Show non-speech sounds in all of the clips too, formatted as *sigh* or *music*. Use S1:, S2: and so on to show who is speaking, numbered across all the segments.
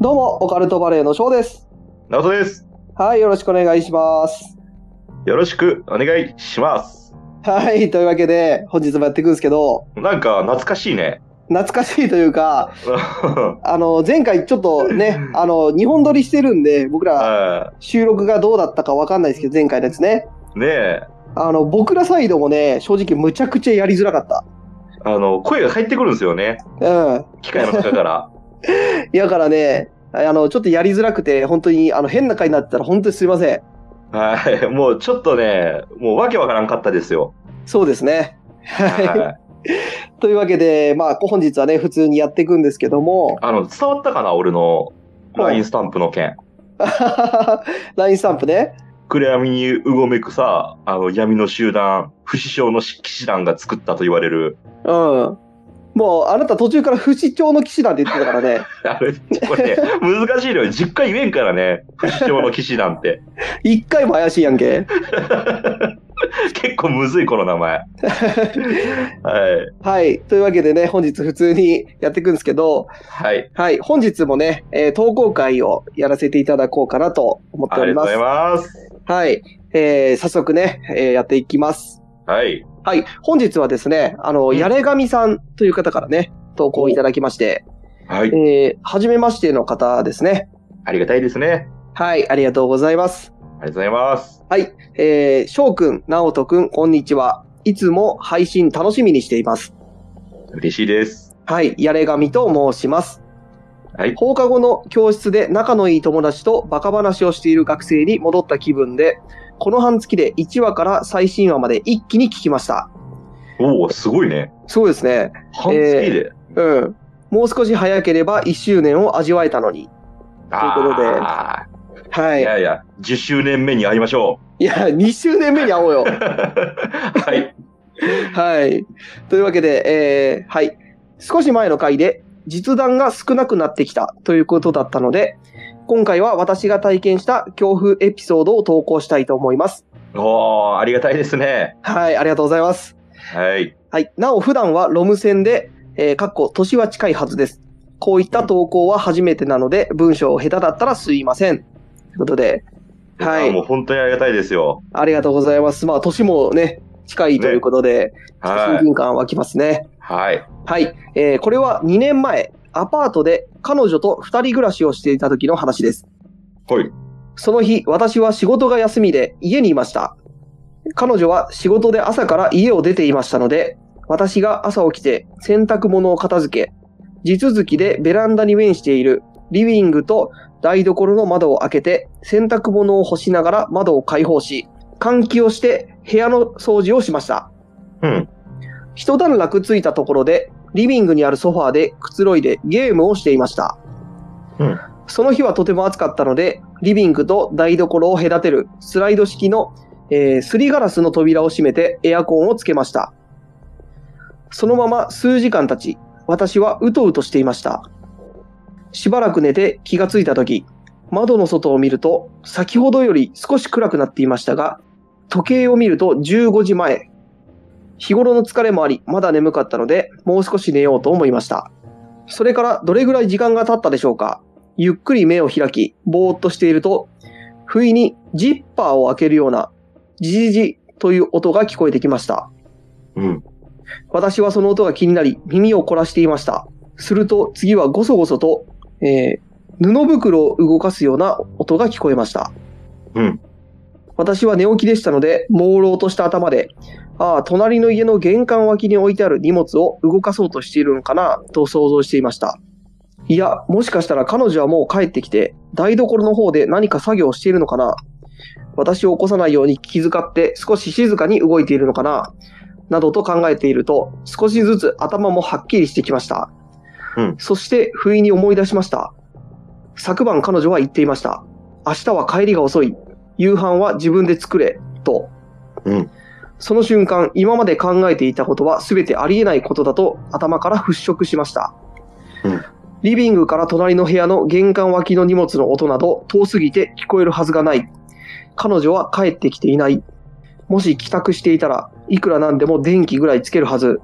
S1: どうも、オカルトバレーの翔です。
S2: ナオトです。
S1: はい、よろしくお願いします。
S2: よろしくお願いします。
S1: はい、というわけで、本日もやっていくんですけど、
S2: なんか懐かしいね。 *laughs*
S1: 懐かしいというか、
S2: は
S1: あの、前回ちょっとね、あの、日本撮りしてるんで、僕ら収録がどうだったかわかんないですけど、前回のやつね。
S2: い。ねえ、
S1: あの、僕らサイドもね、正直むちゃくちゃやりづらかっ
S2: あの、声が返ってくるんですよね。
S1: た。うん。
S2: 機械の中
S1: *laughs*
S2: から。
S1: やからね、あの、ちょっとやりづらくて、本当に、あの、変な回になってたら本当にすいません。
S2: はい。もうちょっとね、もうわけわからんかったですよ。
S1: そうですね。は。
S2: はい
S1: というわけで、まあ、本日はね、普通にやっていくんですけども、
S2: あの、伝わったかな俺の
S1: はい
S2: LINE スタンプの件。
S1: *laughs* ラインスタンプね。
S2: 暗闇にうごめくさ、あの、闇の集団、不死鳥の騎士団が作ったと言われる。
S1: うん。もう、あなた途中から不死鳥の騎士団って言ってたからね。 *laughs*
S2: あれ、これね、難しいのよ。実家言えんからね。不死鳥の騎士団って。
S1: 一回も怪しいやんけ。
S2: *laughs* 結構むずい、この
S1: *laughs*
S2: 名前。はい。
S1: はい。というわけでね、本日普通にやっていくんですけど、
S2: はい。
S1: はい。本日もね、えー投稿会をやらせていただこうかなと思って
S2: あ
S1: お
S2: り
S1: り
S2: が
S1: ま
S2: と
S1: す。
S2: うございます。
S1: はい。えー早速ね、えーやっていきます。
S2: はい。
S1: はい。本日はですね、あの、
S2: うん
S1: やれがみさんという方からね、投稿いただきまして、
S2: はい。
S1: えー、はじめましての方ですね。
S2: ありがたいですね。
S1: はい。ありがとうございます。
S2: ありがとうございます。
S1: はい。えー、翔くん、直人くん、こんにちは。いつも配信楽しみにしています。
S2: 嬉しいです。
S1: はい。やれがみと申します。
S2: はい。
S1: 放課後の教室で仲のいい友達とバカ話をしている学生に戻った気分で、この半月で1話から最新話まで一気に聞きました。
S2: おお、すごいね。
S1: そうですね。
S2: 半月で。
S1: うん。もう少し早ければ1周年を味わえたのに。
S2: あ
S1: は
S2: あ。い
S1: い。
S2: やいや、10周年目に会いましょ
S1: いや、2周年目に会おうよ
S2: う。。 *laughs* はい。
S1: はい。というわけで、えーはい。少し前の回で、実弾が少なくなってきたということだったので、今回は私が体験した恐怖エピソードを投稿したいと思います。
S2: おお、ありがたいですね。
S1: はい、ありがとうございます。
S2: はい。
S1: はい。なお、普段はロム線で、えー、かっこ、年は近いはずです。こういった投稿は初めてなので、文章下手だったらすいません。ということで、は
S2: あ
S1: い。
S2: もう本当にありがたいですよ。
S1: ありがとうございます。まあ、年もね、近いということで、親
S2: はい。
S1: 近感湧きますね。
S2: はい。
S1: はい、えーこれは2年前、アパートで彼女と2人暮らしをしていた時の話です。
S2: はい。
S1: その日、私は仕事が休みで家にいました。彼女は仕事で朝から家を出ていましたので、私が朝起きて洗濯物を片付け、地続きでベランダに面しているリビングと台所の窓を開けて洗濯物を干しながら窓を開放し、換気をして部屋の掃除をしました。
S2: うん。
S1: 一段落ついたところで、リビングにあるソファーでくつろいでゲームをしていました。
S2: うん
S1: その日はとても暑かったので、リビングと台所を隔てるスライド式の、えーすりガラスの扉を閉めてエアコンをつけました。そのまま数時間経ち、私はうとうとしていました。しばらく寝て気がついた時、窓の外を見ると、先ほどより少し暗くなっていましたが、時計を見ると15時前、日頃の疲れもあり、まだ眠かったので、もう少し寝ようと思いました。それからどれぐらい時間が経ったでしょうかゆっくり目を開き、ぼーっとしていると、不意にジッパーを開けるような、ジジジという音が聞こえてきました。
S2: うん。
S1: 私はその音が気になり、耳を凝らしていました。すると、次はごそごそと、えー布袋を動かすような音が聞こえました。
S2: うん。
S1: 私は寝起きでしたので、朦朧とした頭で、ああ、隣の家の玄関脇に置いてある荷物を動かそうとしているのかな、と想像していました。いや、もしかしたら彼女はもう帰ってきて、台所の方で何か作業をしているのかな。私を起こさないように気遣って少し静かに動いているのかな。などと考えていると、少しずつ頭もはっきりしてきました。
S2: うん
S1: そして、不意に思い出しました。昨晩彼女は言っていました。明日は帰りが遅い。夕飯は自分で作れ、と。
S2: うん
S1: その瞬間、今まで考えていたことは全てありえないことだと頭から払拭しました。
S2: うん
S1: リビングから隣の部屋の玄関脇の荷物の音など遠すぎて聞こえるはずがない。彼女は帰ってきていない。もし帰宅していたらいくらなんでも電気ぐらいつけるはず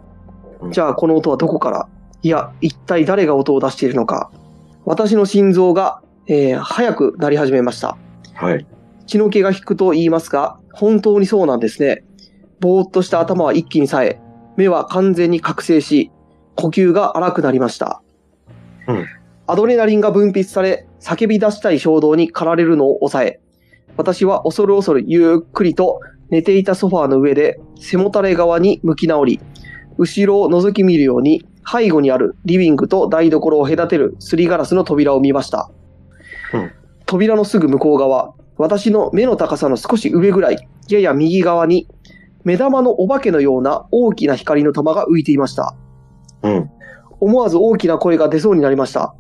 S2: う。ん
S1: じゃあこの音はどこからいや、一体誰が音を出しているのか私の心臓が、えー早くなり始めました。
S2: はい。
S1: 血の気が引くと言いますが、本当にそうなんですね。ぼーっとした頭は一気に冴え、目は完全に覚醒し、呼吸が荒くなりました。
S2: うん
S1: アドレナリンが分泌され、叫び出したい衝動に駆られるのを抑え、私は恐る恐るゆっくりと寝ていたソファーの上で背もたれ側に向き直り、後ろを覗き見るように背後にあるリビングと台所を隔てるすりガラスの扉を見ました。
S2: うん
S1: 扉のすぐ向こう側、私の目の高さの少し上ぐらい、やや右側に、目玉のお化けのような大きな光の玉が浮いていました。
S2: うん。
S1: 思わず大きな声が出そうになりました。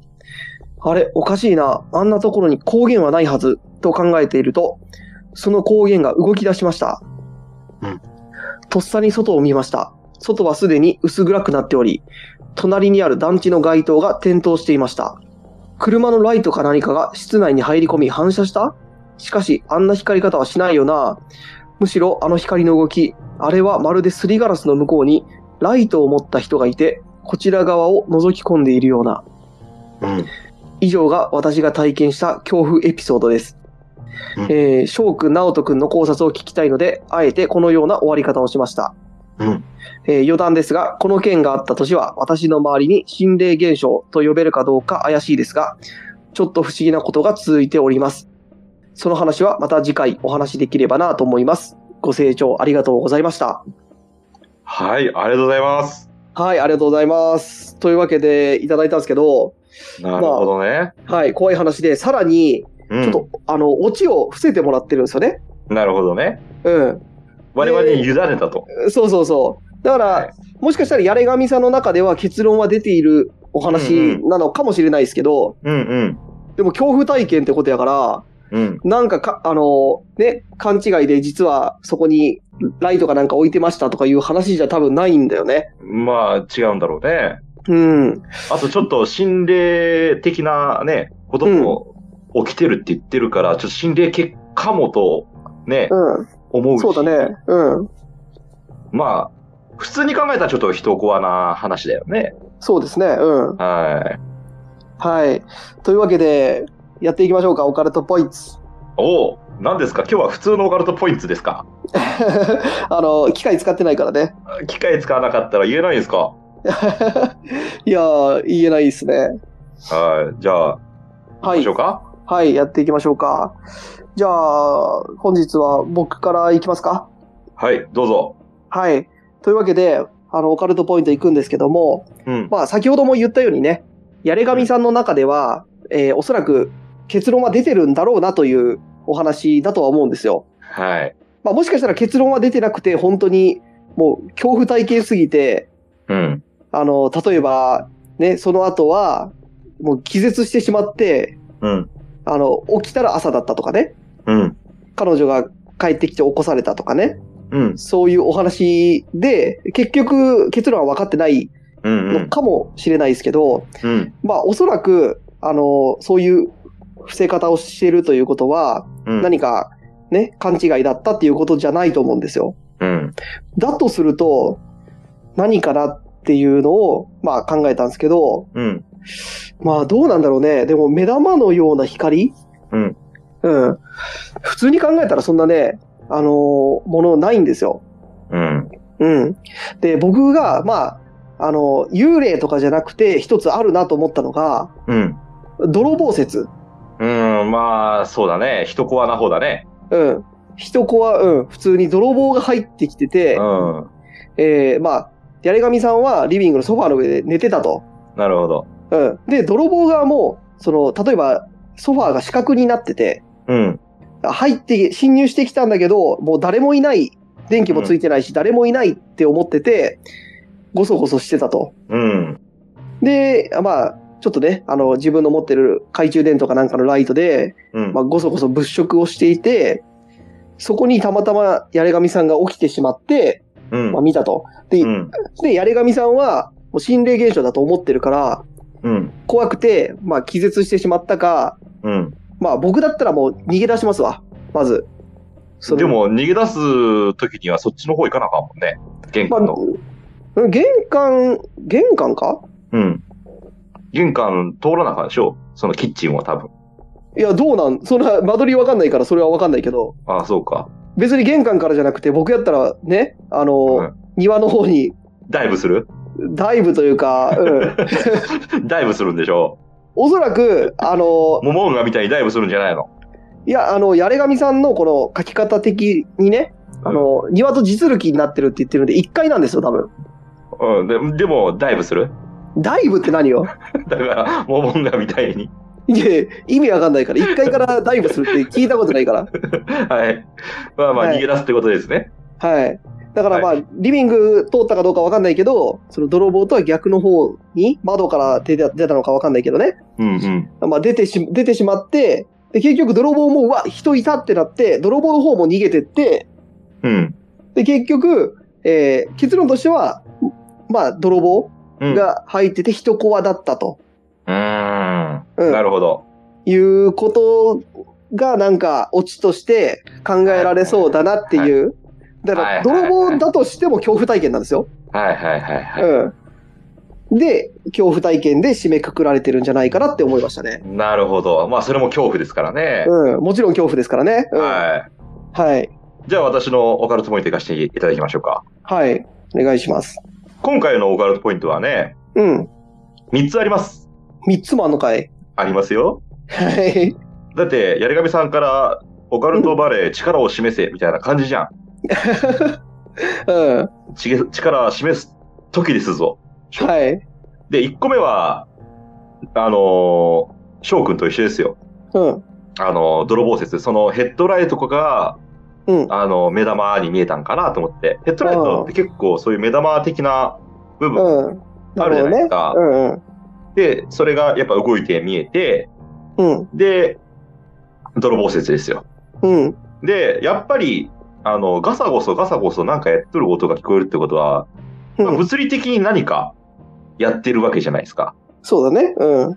S1: あれ、おかしいな。あんなところに光源はないはず、と考えていると、その光源が動き出しました。
S2: うん
S1: とっさに外を見ました。外はすでに薄暗くなっており、隣にある団地の街灯が点灯していました。車のライトか何かが室内に入り込み反射したしかし、あんな光り方はしないよな。むしろあの光の動き、あれはまるですりガラスの向こうにライトを持った人がいて、こちら側を覗き込んでいるような。
S2: うん。
S1: 以上が私が体験した恐怖エピソードです。
S2: うん
S1: えー、翔くん、直人くんの考察を聞きたいので、あえてこのような終わり方をしました。
S2: うん。
S1: えー余談ですが、この件があった年は、私の周りに心霊現象と呼べるかどうか怪しいですが、ちょっと不思議なことが続いております。その話はまた次回お話しできればなと思います。ご清聴ありがとうございました。
S2: はい。ありがとうございます。
S1: はい、ありがとうございます。というわけで、いただいたんですけど、
S2: なるほどね。
S1: はい、怖い話で、さらに、
S2: う
S1: ちょっ
S2: ん。
S1: と、あの、オチを伏せてもらってるんですよね。
S2: なるほどね。
S1: う
S2: 我々に委ねたと。
S1: ん。そうそうそう。だから、
S2: はい
S1: もしかしたら、やれ神さんの中では結論は出ているお話
S2: うん
S1: なのかもしれないですけど、
S2: うんうん。
S1: でも恐怖体験ってことやから、
S2: うん。
S1: なんかか、あのね、勘違いで実はそこにライトかなんか置いてましたとかいう話じゃ多分ないんだよね。
S2: まあ、違うんだろうね。
S1: うん。
S2: あとちょっと心霊的なね、ことも起きてるって言ってるから、ちょっと心霊系かもとね、
S1: う。
S2: 思うんし。
S1: そうだ。ね。うん。
S2: まあ、普通に考えたらちょっと人怖な話だよね。
S1: そうですね。うん。
S2: はい。
S1: はい。というわけで、やっていきましょうか、オカルトポインツ。 *laughs*
S2: おお、何ですか今日は普通のオカルトポイントですか
S1: あの、機械使ってないからね。
S2: 機械使わなかったら言えないんですか
S1: いやー、言えないですね。
S2: はい。じゃあ、
S1: は
S2: 行きま
S1: い
S2: しょう。か
S1: はい、やっていきましょうか。じゃあ、本日は僕からいきますか。
S2: はい、どうぞ。
S1: はい。というわけで、あの、オカルトポイント行くんですけども、
S2: うん。
S1: まあ、先ほども言ったようにね、やれ神さんの中では、えーおそらく結論は出てるんだろうなというお話だとは思うんですよ。
S2: はい。
S1: まあ、もしかしたら結論は出てなくて、本当にもう恐怖体験すぎて、
S2: うん。
S1: あの、例えば、ね、その後は、もう気絶してしまって、
S2: うん。
S1: あの、起きたら朝だったとかね、
S2: うん。
S1: 彼女が帰ってきて起こされたとかね、
S2: うん。
S1: そういうお話で、結局結論は分かってない
S2: うん。う
S1: の
S2: ん。
S1: かもしれないですけど、
S2: うん。
S1: まあ、おそらく、あの、そういう伏せ方をしているということは、
S2: うん。
S1: 何か、ね、勘違いだったっていうことじゃないと思うんですよ。
S2: うん。
S1: だとすると、何かなっていうのを、まあ考えたんですけど、
S2: うん。
S1: まあどうなんだろうね。でも目玉のような光
S2: うん。
S1: うん。普通に考えたらそんなね、あのーものないんですよ。
S2: うん。
S1: うん。で、僕が、まあ、あの幽霊とかじゃなくて一つあるなと思ったのが、
S2: うん。
S1: 泥棒説。
S2: うん、まあ、そうだね。人コアな方だね。
S1: うん。人子は、うん、普通に泥棒が入ってきてて
S2: う、ん。
S1: えー、まあ、やれがみさんはリビングのソファーの上で寝てたと。
S2: なるほど。
S1: うん。で、泥棒側も、その、例えば、ソファーが四角になってて、
S2: うん。
S1: 入って、侵入してきたんだけど、もう誰もいない、電気もついてないし、誰もいないって思ってて、ごそごそしてたと。
S2: うん。
S1: で、まあ、ちょっとね、あの、自分の持ってる懐中電灯かなんかのライトで、
S2: うん。
S1: まあ、ごそごそ物色をしていて、そこにたまたまやれがみさんが起きてしまって、
S2: うん
S1: まあ、見たと。で、
S2: うん。
S1: で、やれがみさんは、もう心霊現象だと思ってるから、
S2: うん。
S1: 怖くて、まあ、気絶してしまったか、
S2: うん。
S1: まあ、僕だったらもう逃げ出しますわ、まず。その
S2: でも、逃げ出す時にはそっちの方行かなあかんもんね。玄
S1: まあ
S2: 関の。、
S1: うん玄関、玄関か
S2: うん。玄関通らなあかんでしょ。そのキッチンは多分。
S1: いや、どうなんそんな、間取りわかんないから、それはわかんないけど、
S2: ああ、そうか。
S1: 別に玄関からじゃなくて、僕やったらね、あの、
S2: うん
S1: 庭の方に、
S2: ダイブする
S1: ダイブというか、うん。
S2: ダイブするんでしょ
S1: おそらく、あの、
S2: モモンガみたいにダイブするんじゃないの
S1: いや、あの、やれがみさんのこの書き方的にね、あの、庭と地続きになってるって言ってるんで、1階なんですよ、多分。
S2: うん。ででも、ダイブする
S1: ダイブって何よ
S2: だから、モモンガみたいに。
S1: いや意味わかんないから、1階からダイブするって聞いたことないから。
S2: *laughs* はい。まあまあ、
S1: はい
S2: 逃げ出すってことですね。
S1: はい。だからまあ、
S2: は
S1: リビング通ったかどうかわかんないけど、その泥棒とは逆の方に、窓から出た出たのかわかんないけどね。
S2: うんうん。
S1: まあ、出てし、出てしまって、で、結局泥棒も、うわ、人いたってなって、泥棒の方も逃げてって、
S2: うん。
S1: で、結局、えー結論としては、まあ、泥棒
S2: うん。
S1: が入ってて一コアだったと。
S2: うーん。
S1: うん
S2: なるほど。
S1: いうことがなんかオチとして考えられそうだなっていう。だか
S2: はい
S1: ら泥棒だとしても恐怖体験なんですよ。
S2: はいはいはいはい。
S1: うん。で、恐怖体験で締めくくられてるんじゃないかなって思いましたね。
S2: なるほど。まあ、それも恐怖ですからね。
S1: うん。もちろん恐怖ですからね。うん、はい。
S2: は
S1: はい。
S2: い。じゃあ、私のオカルトポイントいかせていただきましょうか。
S1: お願いします。
S2: 今回のオカルトポイントはね、
S1: うん。
S2: 3つあります。
S1: 三つもあんのかい。
S2: ありますよ。
S1: はい。
S2: だって、やりがみさんから、オカルトバレー力を示せ、みたいな感じじゃん。
S1: うん。は
S2: ちげ力を示す時ですぞ。
S1: い。
S2: で、1個目は、あのー翔くんと一緒ですよ。
S1: うん。
S2: あのー泥棒説。そのヘッドライトとか
S1: うん。
S2: が、あのー目玉に見えたんかなと思って。ヘッドライトって結構そういう目玉的な部分
S1: うん。
S2: あるじゃないですか。
S1: なるほどね。
S2: で、それがやっぱ動いて見えて、
S1: うんうん。
S2: で、泥棒説ですよ。
S1: うん。うん。
S2: で、やっぱり、あの、ガサゴソガサゴソなんかやっとる音が聞こえるってことは、まあ
S1: うん、
S2: 物理的に何かやってるわけじゃないですか。
S1: そうだね。うん。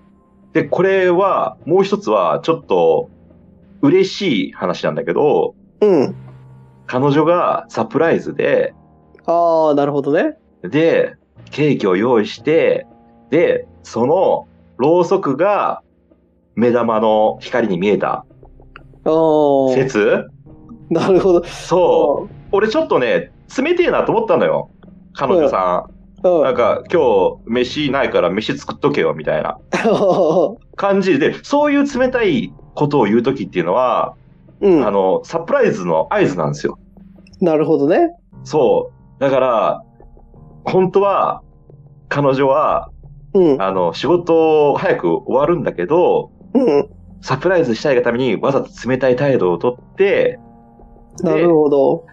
S2: で、これは、もう一つは、ちょっと、嬉しい話なんだけど、
S1: うん。
S2: 彼女がサプライズで、
S1: ああ、なるほどね。
S2: で、ケーキを用意して、で、その、ろうそくが、目玉の光に見えた
S1: ああ。
S2: 説
S1: なるほど。
S2: そう。俺ちょっとね、冷てえなと思ったのよ。彼女さん。
S1: うん。
S2: なんか、今日、飯ないから飯作っとけよ、みたいな感じで、そういう冷たいことを言うときっていうのは、
S1: *laughs* うん
S2: あ。の、サプライズの合図なんですよ。
S1: なるほどね。
S2: そう。だから、本当は、彼女は、
S1: うん。
S2: あの、仕事を早く終わるんだけど、
S1: うん。
S2: サプライズしたいがためにわざと冷たい態度をとって、
S1: なるほど。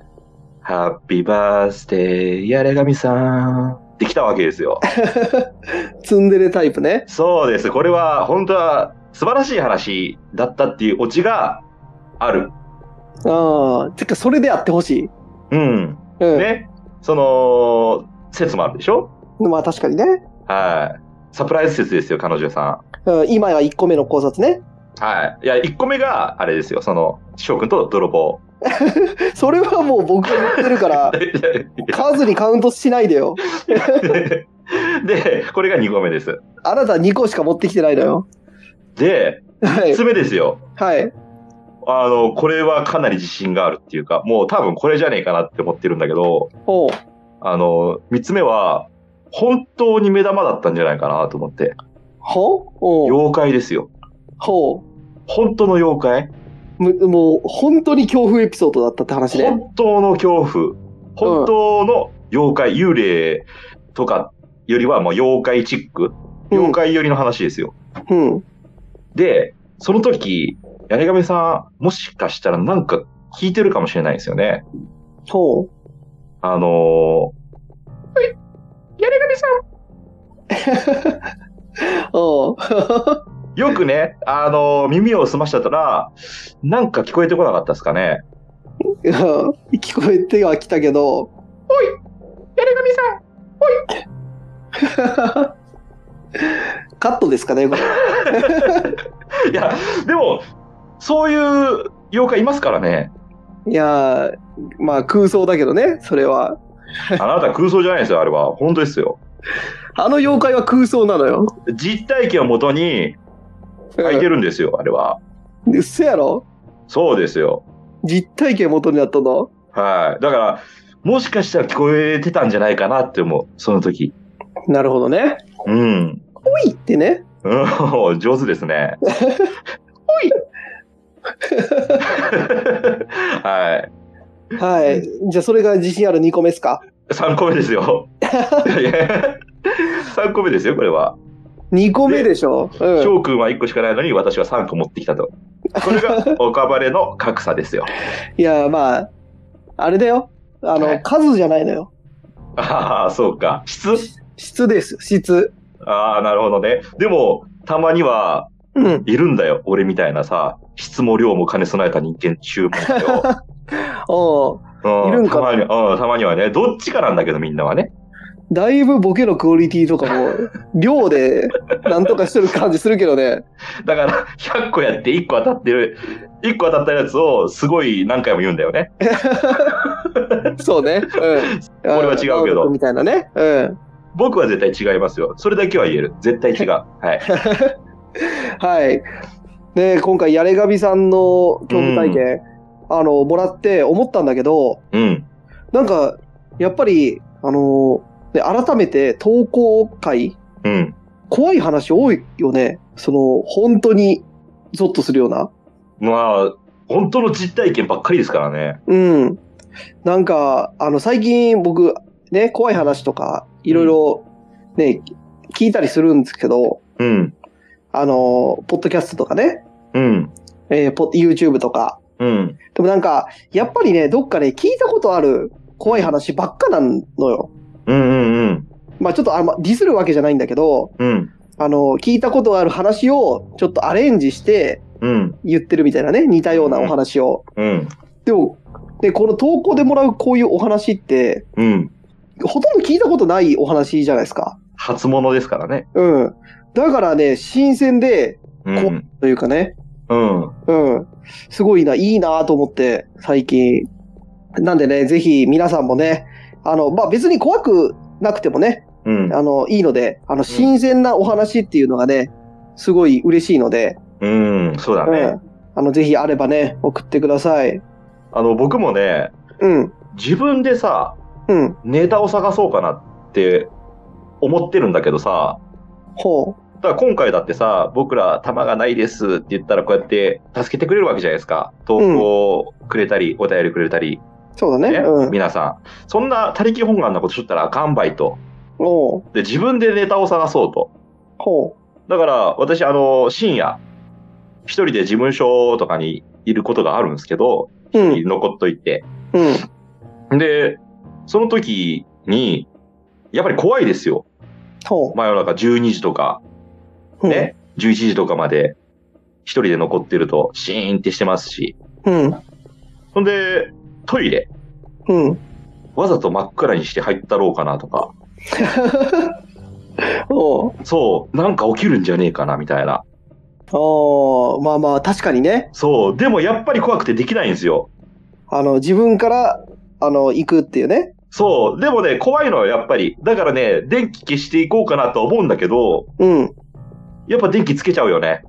S2: ハッピーバースデー、やれがみさん、ってきたわけですよ。
S1: ツンデレタイプね。
S2: そうです。これは、本当は素晴らしい話だったっていうオチがある。
S1: ああ。てか、それであってほしい。
S2: うん。
S1: うん。
S2: ね。その、説もあるでしょ
S1: まあ、確かにね。
S2: はい。サプライズ説ですよ、彼女さ
S1: うん、今が1個目の考察ね。
S2: ん。はい。いや、1個目が、あれですよ、その、翔くんと泥棒。
S1: それはもう僕が言ってる
S2: *laughs*
S1: から、数にカウントしないでよ。
S2: で、これが2個目です。
S1: あなた2個しか持ってきてないのよ。
S2: で、
S1: はい
S2: 3。つ目ですよ。
S1: はい。
S2: あの、これはかなり自信があるっていうか、もう多分これじゃねえかなって思ってるんだけど、
S1: おう
S2: あの、三つ目は、本当に目玉だったんじゃないかなと思って。
S1: ほおう
S2: 妖怪ですよ。
S1: ほ
S2: 本当の妖
S1: うむもう、本当に恐怖エピソードだったって話
S2: 怪
S1: ね。
S2: 本当の恐怖。本当の妖怪、幽霊とかよりは、まあ、妖怪チック。
S1: うん
S2: 妖。怪寄りの話ですよ。
S1: うん。
S2: で、その時、やりがめさん、もしかしたらなんか聞いてるかもしれないですよね。
S1: ほう。
S2: あのー、やりがめさん
S1: おう。
S2: よくね、あのー耳を澄ましちゃったら、なんか聞こえてこなかったですかね。
S1: うん *laughs* 聞こえてはきたけど。
S2: やりがみさん
S1: *laughs* カットですかね、これ。
S2: *laughs* いや、でも、そういう妖怪いますから *laughs* ね。
S1: いやー、まあ空想だけどね、それは。
S2: あなた空想じゃないですよ、あれは。本当ですよ。
S1: あの妖怪は空想なのよ。
S2: 実体験をもとに、開いてるんですよ、あれは。
S1: うっせやろ
S2: そうですよ。
S1: 実体験元になったの
S2: はい。だから、もしかしたら聞こえてたんじゃないかなって思う、その時。
S1: なるほどね。
S2: うん。
S1: ほいってね。
S2: うん、 *laughs* 上手ですね。
S1: ほい
S2: *laughs* は
S1: はい。じゃあ、それが自信ある2個目っすか。
S2: い。3個目で
S1: *laughs*
S2: すよ。3個目ですよ、これは。
S1: 2個目でしょ。うん。
S2: 翔くんは1個しかないのに、私は3個持ってきたと。これが、岡バレの格差ですよ。
S1: いや、まあ、あれだよ。あの、
S2: はい
S1: 数じゃないのよ。
S2: ああ、そうか。質
S1: 質です、質。
S2: ああ、なるほどね。でも、たまには、
S1: うん。
S2: いるんだよ。俺みたいなさ、質も量も兼ね備えた人間注文だよ。
S1: *laughs* おう
S2: う
S1: いるんか
S2: たまに、うん、たまにはね。どっちかなんだけど、みんなはね。
S1: だいぶボケのクオリティとか
S2: *laughs*
S1: も、量で、なんとかしてる感じするけどね。
S2: だから、100個やって1個当たってる、1個当たったやつを、すごい何回も言うんだよね。
S1: そうね。うん。
S2: *laughs* 俺は違うけど
S1: あ直人君みたいなね。うん。
S2: 僕は絶対違いますよ。それだけは言える。絶対違
S1: *laughs*
S2: う。はい。
S1: はい。で、今回、やれがびさんの競技体験、あの、もらって思ったんだけど、
S2: うん。
S1: なんか、やっぱり、あの、ね、改めて投稿会、
S2: うん。
S1: 怖い話多いよね。その、本当に、ゾッとするような。
S2: まあ、本当の実体験ばっかりですからね。
S1: うん。なんか、あの、最近僕、ね、怖い話とか、いろいろ、ね、聞いたりするんですけど、
S2: うん。
S1: あの、ポッドキャストとかね、
S2: うん。
S1: えーポ YouTube とか。
S2: うん。
S1: でもなんか、やっぱりね、どっかね、聞いたことある怖い話ばっかなのよ。
S2: うんうんうん。
S1: まあちょっとあんまディスるわけじゃないんだけど、
S2: うん。
S1: あの、聞いたことある話をちょっとアレンジして
S2: うん。
S1: 言ってるみたいなね、似たようなお話を。
S2: うん。
S1: でも、で、この投稿でもらうこういうお話って、
S2: うん。
S1: ほとんど聞いたことないお話じゃないですか。
S2: 初物ですからね。
S1: うん。だからね、新鮮で、
S2: うん。
S1: というかね、
S2: うん。
S1: うん。すごいな、いいなと思って、最近。なんでね、ぜひ皆さんもね、あの、まあ、別に怖くなくてもね、
S2: うん。
S1: あの、いいので、あの、新鮮なお話っていうのがね、すごい嬉しいので、
S2: うん。そうだ
S1: う
S2: ね。
S1: ん。あの、ぜひあればね、送ってください。
S2: あの、僕もね、
S1: うん。
S2: 自分でさ、
S1: うん。
S2: ネタを探そうかなって思ってるんだけどさ、
S1: ほ
S2: だから今回だってさ、僕ら弾がないですって言ったらこうやって助けてくれるわけじゃないですか。投稿くれたり、お便りくれたり、
S1: う。そうだね。
S2: ね、
S1: うん。
S2: 皆さん。そんな他力本願なことしとったらあかんばいと。
S1: おう。
S2: で、自分でネタを探そうと。
S1: ほ
S2: だから私、あの、深夜、一人で事務所とかにいることがあるんですけど、
S1: う。うん。
S2: 残っといて。
S1: うん。
S2: で、その時に、やっぱり怖いですよ。
S1: ほ
S2: 真夜中12時とか、
S1: う。
S2: ね、11時とかまで一人で残ってるとシーンってしてますし。
S1: うん。
S2: ほんで、トイレ、
S1: うん。うん。
S2: わざと真っ暗にして入ったろうかなとか、
S1: おう。
S2: そう、なんか起きるんじゃねえかなみたいな。
S1: ああ、まあまあ、確かにね。
S2: そう、でもやっぱり怖くてできないんですよ。
S1: あの、自分から、あの、行くっていうね。
S2: そう、でもね、怖いのはやっぱり。だからね、電気消していこうかなとは思うんだけど、
S1: うん。
S2: やっぱ電気つけちゃうよ *laughs* ね。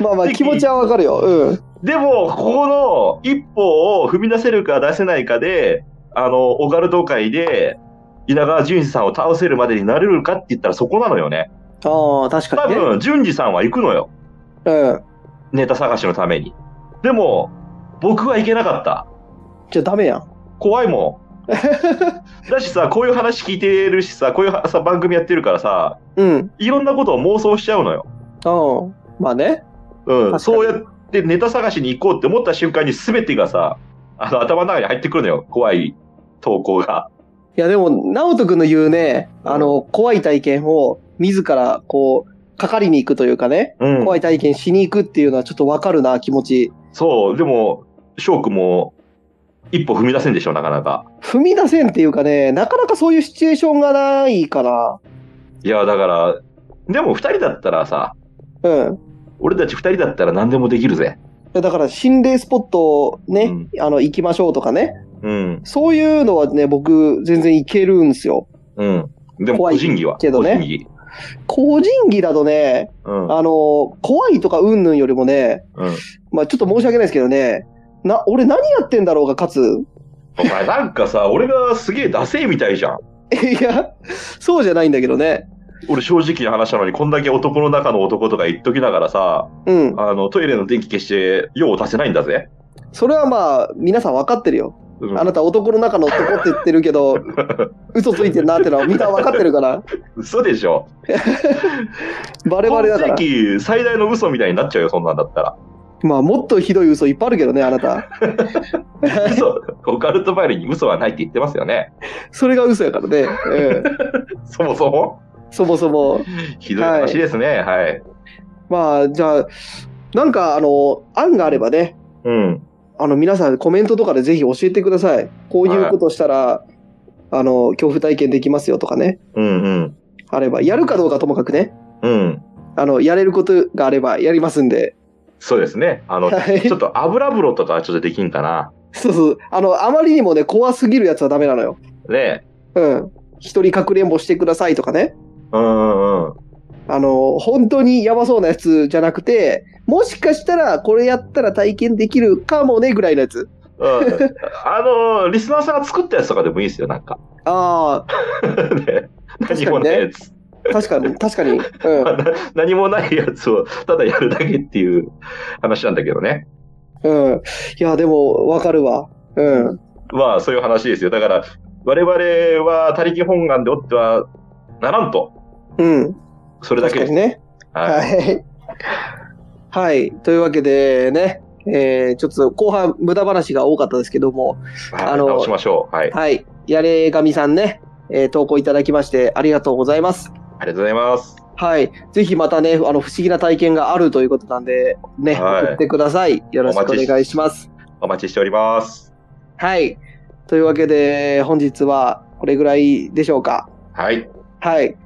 S1: まあまあ、
S2: ぜひ
S1: 気持ちはわかるよ。うん。
S2: でも、ここの一歩を踏み出せるか出せないかで、あの、オカルト界で、稲川淳二さんを倒せるまでになれるかって言ったらそこなのよね。
S1: ああ、確か
S2: 多
S1: にね。
S2: 分、淳二さんは行くのよ。
S1: うん。
S2: ネタ探しのために。でも、僕は行けなかった。
S1: じゃあダメやん。
S2: 怖いも
S1: *laughs*
S2: ん。だしさ、こういう話聞いてるしさ、こういうはさ番組やってるからさ、
S1: うん。
S2: いろんなことを妄想しちゃうのよ。
S1: うん。まあね。
S2: う
S1: 確か
S2: ん。
S1: に
S2: そうやってネタ探しに行こうって思った瞬間に全てがさ、あの、頭の中に入ってくるのよ。怖い投稿が。
S1: いや、でも、直人くんの言うね、あの、怖い体験を、自ら、こう、かかりに行くというかね、
S2: うん
S1: 怖い体験しに行くっていうのはちょっとわかるな、気持ち。
S2: そう、でも、翔くんも一歩踏み出せんでしょ、なかなか。
S1: 踏み出せんっていうかね、なかなかそういうシチュエーションがないから。
S2: いや、だから、でも二人だったらさ、
S1: うん。
S2: 俺たち二人だったら何でもできるぜ。
S1: いやだから心霊スポットね、あの行きましょうとかね、
S2: うん、
S1: そういうのはね、僕全然行けるんですよ。
S2: うん。でも、
S1: 怖い
S2: 個人技は。
S1: けどね
S2: 個人技。
S1: 個人技だとね、
S2: うん。
S1: あの、怖いとかうんぬんよりもね、
S2: うん。
S1: まあちょっと申し訳ないですけどね、な、俺何やってんだろうが勝つ。 *laughs*
S2: お前なんかさ、俺がすげえダセえみたいじゃん。
S1: いや、そうじゃないんだけどね。
S2: 俺正直な話なのに、こんだけ男の中の男とか言っときながらさ、
S1: うん。
S2: あの、トイレの電気消して、用を足せないんだぜ。
S1: それはまあ、皆さん分かってるよ。
S2: うん
S1: あなた男の中の男って言ってるけ
S2: *laughs*
S1: ど、嘘ついてんなってのはみんな分かってるから。
S2: 嘘でしょ。
S1: バレバ
S2: 今
S1: レだから
S2: 世。紀最大の嘘みたいになっちゃうよ、そんなんだったら。
S1: まあ、もっとひどい嘘いっぱいあるけどね、あなた。
S2: *laughs* 嘘、オカルトバイルに嘘はないって言ってますよね。
S1: それが嘘やから
S2: *laughs*
S1: ね。うん。
S2: そもそも。
S1: そもそも。
S2: ひどい話ですね、はい。
S1: まあ、じゃあ、なんか、あの、案があればね、
S2: うん。
S1: あの、皆さんコメントとかでぜひ教えてください。こういうことしたら、あの、恐怖体験できますよとかね。
S2: うんうん。
S1: あれば、やるかどうかともかくね。
S2: うん。
S1: あの、やれることがあればやりますんで。
S2: そうですね。あの、
S1: はい
S2: ちょっと油風呂とかはちょっとできんかな。
S1: そうそう。あの、あまりにもね、怖すぎるやつはダメなのよ。
S2: ね
S1: うん。一人かくれんぼしてくださいとかね。
S2: うんうんうん。
S1: あの、本当にやばそうなやつじゃなくて、もしかしたらこれやったら体験できるかもねぐらいのやつ。
S2: うんあのリスナーさんが作ったやつとかでもいいですよ、なんか。 *laughs*
S1: ああ、
S2: ね
S1: 確
S2: 何
S1: か
S2: も
S1: に
S2: ないや
S1: ね。
S2: つ。
S1: 確かに、確かに。う
S2: 何もないやつをただやるだけっていう話なんだけどね。
S1: ん。うん。いや、でも、わかるわ。うん。
S2: まあ、そういう話ですよ。だから、我々は他力本願でおってはならんと。
S1: うん。
S2: それだ
S1: 確か
S2: けです。
S1: にね。
S2: はい。
S1: はい。はい。というわけでね、えー、ちょっと後半無駄話が多かったですけども、
S2: はい
S1: あの
S2: 直しましょう。はい。あ
S1: はい。やれがみさんね、えー投稿いただきましてありがとうございます。
S2: りがとうございます。
S1: はい。ぜひまたね、あの、不思議な体験があるということなんで、ね、
S2: はい
S1: 送ってください。よろしくお願いします。
S2: お待ちしております。
S1: はい。というわけで、本日はこれぐらいでしょうか。
S2: はい。
S1: はい。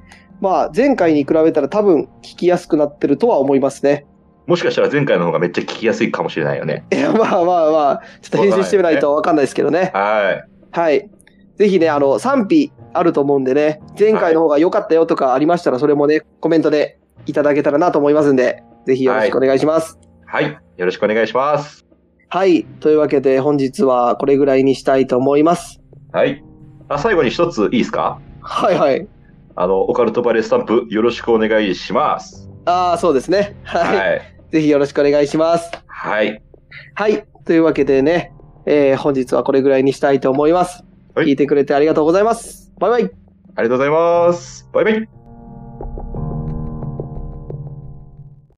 S1: まあ、前回に比べたら多分聞きやすくなってるとは思いますね。
S2: もしかしたら前回の方がめっちゃ聞きやすいかもしれないよね。
S1: いや、まあまあまあ、ちょっと編集してみないとわかんないですけどね。
S2: は
S1: はい。ぜひね、あの、賛否あると思うんでね、前回の方が良かったよとかありましたら、それもね、コメントでいただけたらなと思いますんで、ぜひよろしくお願いします。
S2: い。はい。よろしくお願いします。
S1: はい。というわけで、本日はこれぐらいにしたいと思います。
S2: はい。あ、最後に一ついいですか
S1: はいはい。
S2: あの、オカルトバレースタンプよろしくお願いします。
S1: ああ、そうですね。はい。
S2: はい。
S1: ぜひよろしくお願いします。
S2: はい。
S1: はい。というわけでね、えー本日はこれぐらいにしたいと思います。
S2: はい
S1: 聞いてくれてありがとうございます。バイバイ。
S2: ありがとうございます。バイバイ。